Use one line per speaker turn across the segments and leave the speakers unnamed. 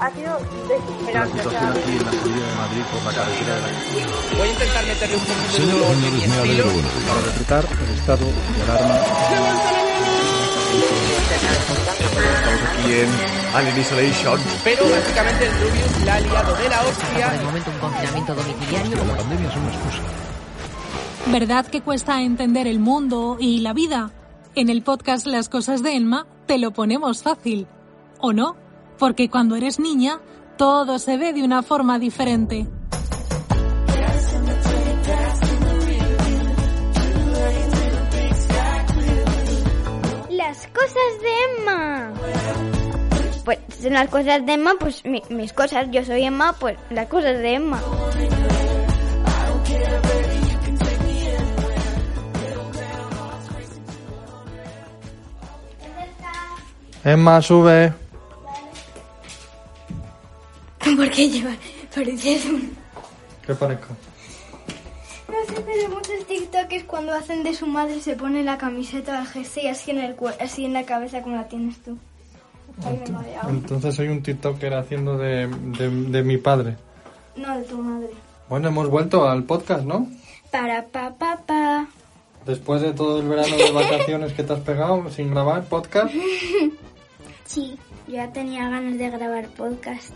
ha sido desesperante.
La situación aquí en la salida de Madrid por la carretera de la
Voy a intentar meterle un poquito de
Señoras y
humor y
señores, me
estilo.
alegro.
pues, Para decretar el estado de alarma. Estamos aquí en Alien Isolation.
Pero básicamente el Rubius la ha liado de la
Por el
hostia.
momento un confinamiento domiciliario.
La pandemia es una excusa.
¿Verdad que cuesta entender el mundo y la vida? En el podcast Las cosas de Elma te lo ponemos fácil. ¿O no? Porque cuando eres niña, todo se ve de una forma diferente.
Las cosas de Emma. Pues en las cosas de Emma, pues mi- mis cosas, yo soy Emma, pues las cosas de Emma.
Emma, sube.
¿Por qué lleva? Pareces un...
¿Qué parezco?
No sé, pero muchos TikTokers cuando hacen de su madre se pone la camiseta al jersey así en, el, cue- así en la cabeza como la tienes tú. Ahí me lo he dado.
Entonces soy un TikToker haciendo de, de, de mi padre.
No, de tu madre.
Bueno, hemos vuelto al podcast, ¿no?
Para pa pa pa.
Después de todo el verano de vacaciones que te has pegado sin grabar podcast,
Sí, yo ya tenía ganas de grabar podcast.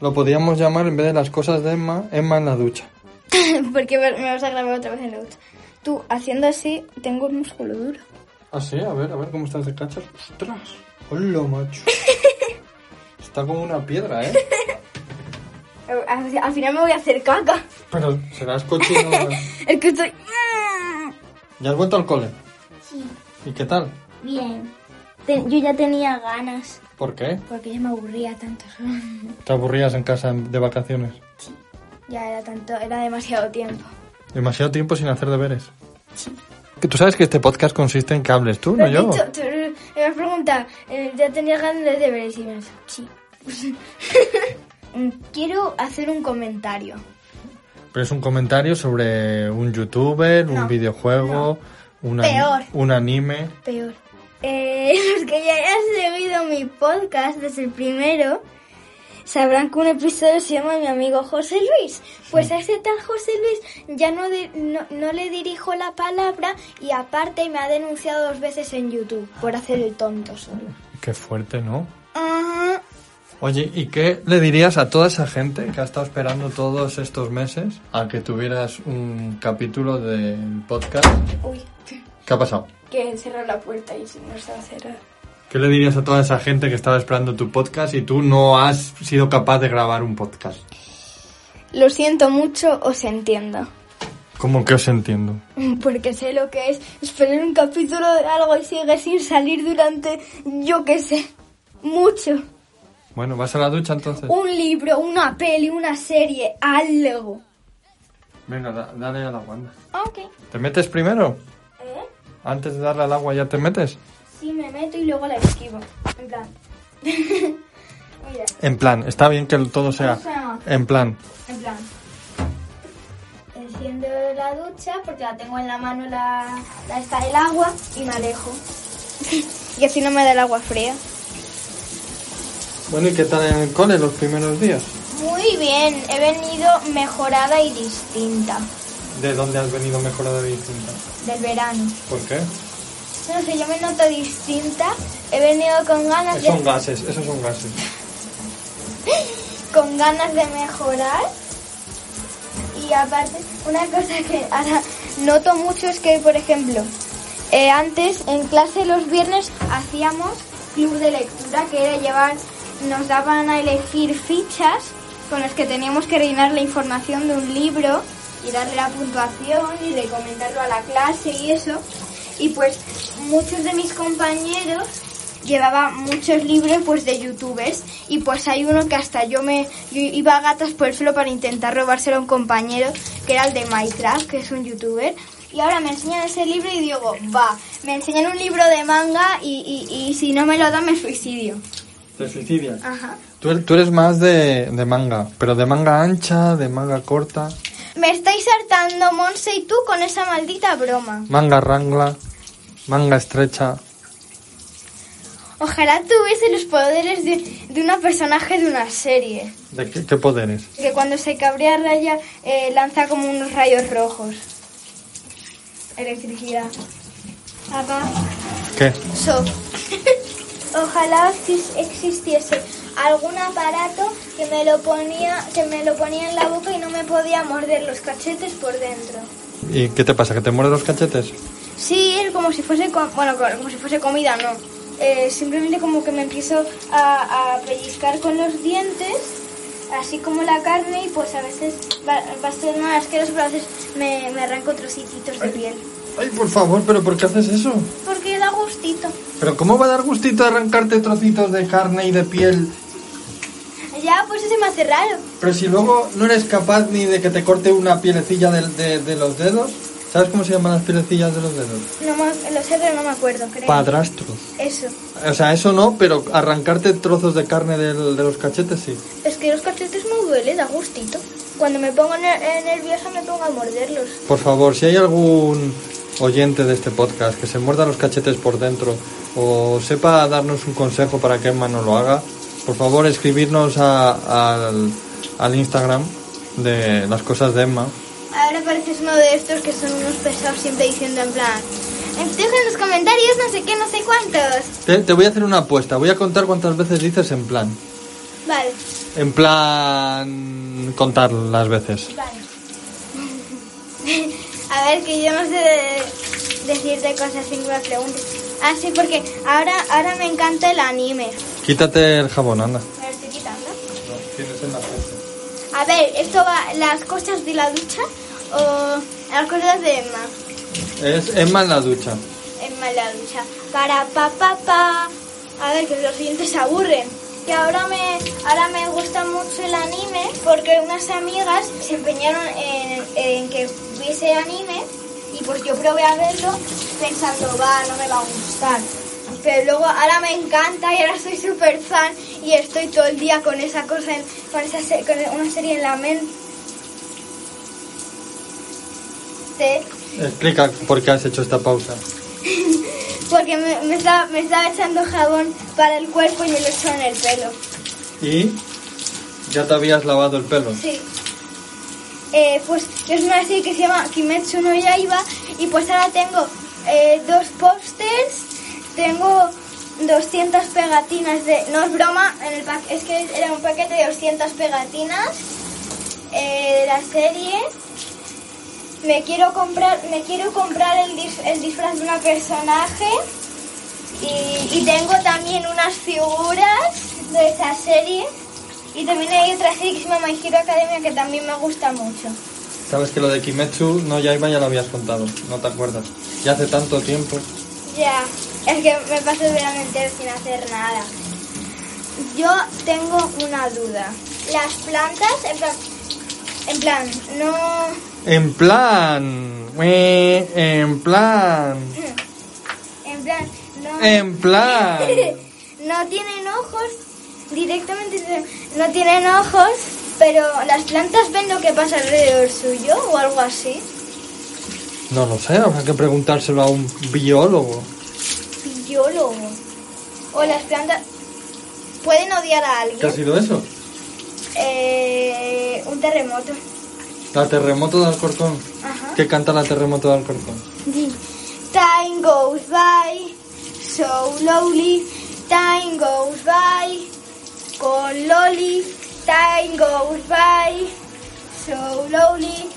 lo podíamos llamar en vez de las cosas de Emma, Emma en la ducha.
Porque me me vas a grabar otra vez en la ducha. Tú, haciendo así, tengo un músculo duro.
Ah, sí, a ver, a ver cómo estás de cachas. ¡Ostras! ¡Hola, macho! Está como una piedra, ¿eh?
Eh, Al, al final me voy a hacer caca.
Pero serás cochino.
Es que estoy...
¿Ya has vuelto al cole?
Sí,
¿Y qué tal?
bien. yo ya tenía ganas.
¿Por qué?
Porque ya me aburría tanto.
Te aburrías en casa de vacaciones.
ya era tanto, era demasiado tiempo.
Demasiado tiempo sin hacer deberes. Que tú sabes que este podcast consiste en que hables tú, no
Lo he
yo.
dicho, tú- me has preguntado, eh, ya tenía ganas de ver y me has dicho, sí. Mm, Quiero hacer un comentario.
Pero es un comentario sobre un youtuber, un
No,
videojuego, un ani-
Peor.
un anime.
Peor. Eh, los que ya hayan seguido mi podcast desde el primero sabrán que un episodio se llama Mi amigo José Luis. Pues a ese tal José Luis ya no, de- no, no le dirijo la palabra y aparte me ha denunciado dos veces en YouTube por hacer el tonto solo.
Qué fuerte, ¿no?
Ah,
Oye, ¿y qué le dirías a toda esa gente que ha estado esperando todos estos meses a que tuvieras un capítulo del podcast?
uy,
¿Qué ha pasado?
que encerró la puerta y no está cerrada.
¿Qué le dirías a toda esa gente que estaba esperando tu podcast y tú no has sido capaz de grabar un podcast?
Lo siento mucho, os entiendo.
¿Cómo que os entiendo?
Porque sé lo que es esperar un capítulo de algo y sigue sin salir durante, yo qué sé, mucho.
Bueno, ¿vas a la ducha entonces?
Un libro, una peli, una serie, algo.
Venga, da- dale a la Wanda.
Ok.
¿Te metes primero?
¿Eh?
Antes de darle al agua ya te metes.
Sí, me meto y luego la esquivo. En plan. Mira,
En plan, está bien que todo sea en plan.
en plan. Enciendo la ducha porque la tengo en la mano la, la está el agua y me alejo. y así no me da el agua fría.
Bueno, ¿y qué tal en el cole los primeros días?
Muy bien, he venido mejorada y distinta
¿De dónde has venido mejorada de distinta?
del verano.
¿Por qué?
No sé, yo me noto distinta. He venido con ganas
Son
de,
gases, esos son gases.
con ganas de mejorar. Y aparte, una cosa que ahora noto mucho es que, por ejemplo, eh, antes en clase los viernes hacíamos club de lectura, que era llevar, nos daban a elegir fichas con las que teníamos que rellenar la información de un libro y darle la puntuación y recomendarlo a la clase y eso. Y pues muchos de mis compañeros llevaba muchos libros pues de youtubers y pues hay uno que hasta yo me yo iba a gatas por el suelo para intentar robárselo a un compañero que era el de Minecraft que es un youtuber y ahora me enseñan ese libro y digo va me enseñan un libro de manga y, y, y si no me lo dan me suicidio
Te suicidias.
ajá
Tú, er, tú eres más de, de manga, pero de manga ancha, de manga corta,
me estáis hartando Monse y tú con esa maldita broma
manga rangla, manga estrecha.
Ojalá tuviese los poderes de, de una personaje de una serie.
¿De qué, qué poderes?
Que cuando se cabrea Raya eh, lanza como unos rayos rojos. Electricidad. Papá.
¿Qué?
So. Ojalá exis- existiese algún aparato que me lo ponía, que me lo ponía en la boca y no me podía morder los cachetes por dentro.
¿Y qué te pasa? ¿Que te mueres los cachetes?
Sí, es como si fuese, co- bueno, co- como si fuese comida, no. Eh, simplemente como que me empiezo a, a pellizcar con los dientes, así como la carne, y pues a veces va, va a ser más asqueroso, pero a veces me, me arranco trocitos de piel.
Ay, por favor, ¿pero por qué haces eso?
Porque da gustito.
¿Pero cómo va a dar gustito arrancarte trocitos de carne y de piel?
Ya, pues eso me hace raro.
Pero si luego no eres capaz ni de que te corte una pielecilla de, de- de los dedos. ¿Sabes cómo se llaman las pielecillas de los dedos?
No me, lo sé, pero no me acuerdo, creo.
Padrastros.
Eso.
O sea, eso no, pero arrancarte trozos de carne del- de los cachetes sí.
Es que los cachetes me duele, da gustito. Cuando me pongo ne- eh, nerviosa me pongo a morderlos.
Por favor, si hay algún oyente de este podcast que se muerda los cachetes por dentro o sepa darnos un consejo para que Emma no lo haga, por favor escribirnos a- al, al Instagram de las cosas de Emma.
Ahora pareces uno de estos que son unos pesados siempre diciendo en plan... Deja en los comentarios no sé qué, no sé cuántos.
Te, te voy a hacer una apuesta, voy a contar cuántas veces dices en plan.
Vale,
En plan... contar las veces.
vale. a ver, que yo no sé de- decirte cosas sin que me preguntes. Ah, sí, porque ahora, ahora me encanta el anime.
Quítate el jabón, anda.
Me lo estoy quitando. A ver, esto va... Las cosas de la ducha o las cosas de Emma.
Es Emma en la ducha.
en mala ducha. Para pa pa pa. A ver, que los siguientes se aburren. Que ahora me, ahora me gusta mucho el anime porque unas amigas se empeñaron en, en que viese anime y pues yo probé a verlo pensando, va, no me va a gustar. Pero luego ahora me encanta y ahora soy súper fan y estoy todo el día con esa cosa, en- con, esa, se- con una serie en la mente.
Explica por qué has hecho esta pausa.
Porque me, me estaba, me estaba echando jabón para el cuerpo y me lo echó en el pelo.
Y ya te habías lavado el pelo.
Sí. Eh, pues es una serie que se llama Kimetsu no Yaiba y pues ahora tengo eh, dos pósters, tengo 200 pegatinas de... No es broma, en el pa- es que era un paquete de 200 pegatinas eh, de la serie. Me quiero comprar, me quiero comprar el, dis- el disfraz de una personaje y, y tengo también unas figuras de esa serie. Y también hay otra serie que se llama My Hero Academia que también me gusta mucho.
Sabes que lo de Kimetsu no Yaiba ya lo habías contado, no te acuerdas. Ya hace tanto tiempo.
Ya, es que me paso el verano entero sin hacer nada. Yo tengo una duda. Las plantas, en plan, en plan, no...
En plan, eh, en plan,
En plan, no...
en plan.
no tienen ojos, directamente se- no tienen ojos, pero las plantas ven lo que pasa alrededor suyo o algo así.
No lo sé, habrá que preguntárselo a un biólogo.
biólogo. O las plantas pueden odiar a
¿Qué ha
alguien.
sido eso?
Eh, un terremoto.
La terremoto de Alcorcón.
Ajá.
¿Qué canta la terremoto de Alcorcón?
Time goes by so slowly. Time goes by con loli. Time goes by so slowly.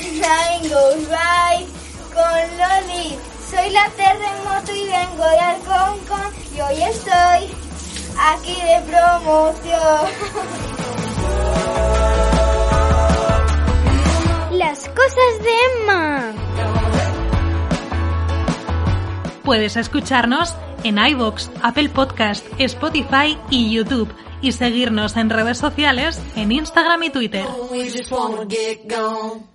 Time goes by con loli. Soy la terremoto y vengo de Alconcon y hoy estoy aquí de promoción. Las cosas de Emma.
Puedes escucharnos en iVoox, Apple Podcast, Spotify y YouTube y seguirnos en redes sociales en Instagram y Twitter.
We just wanna get gone.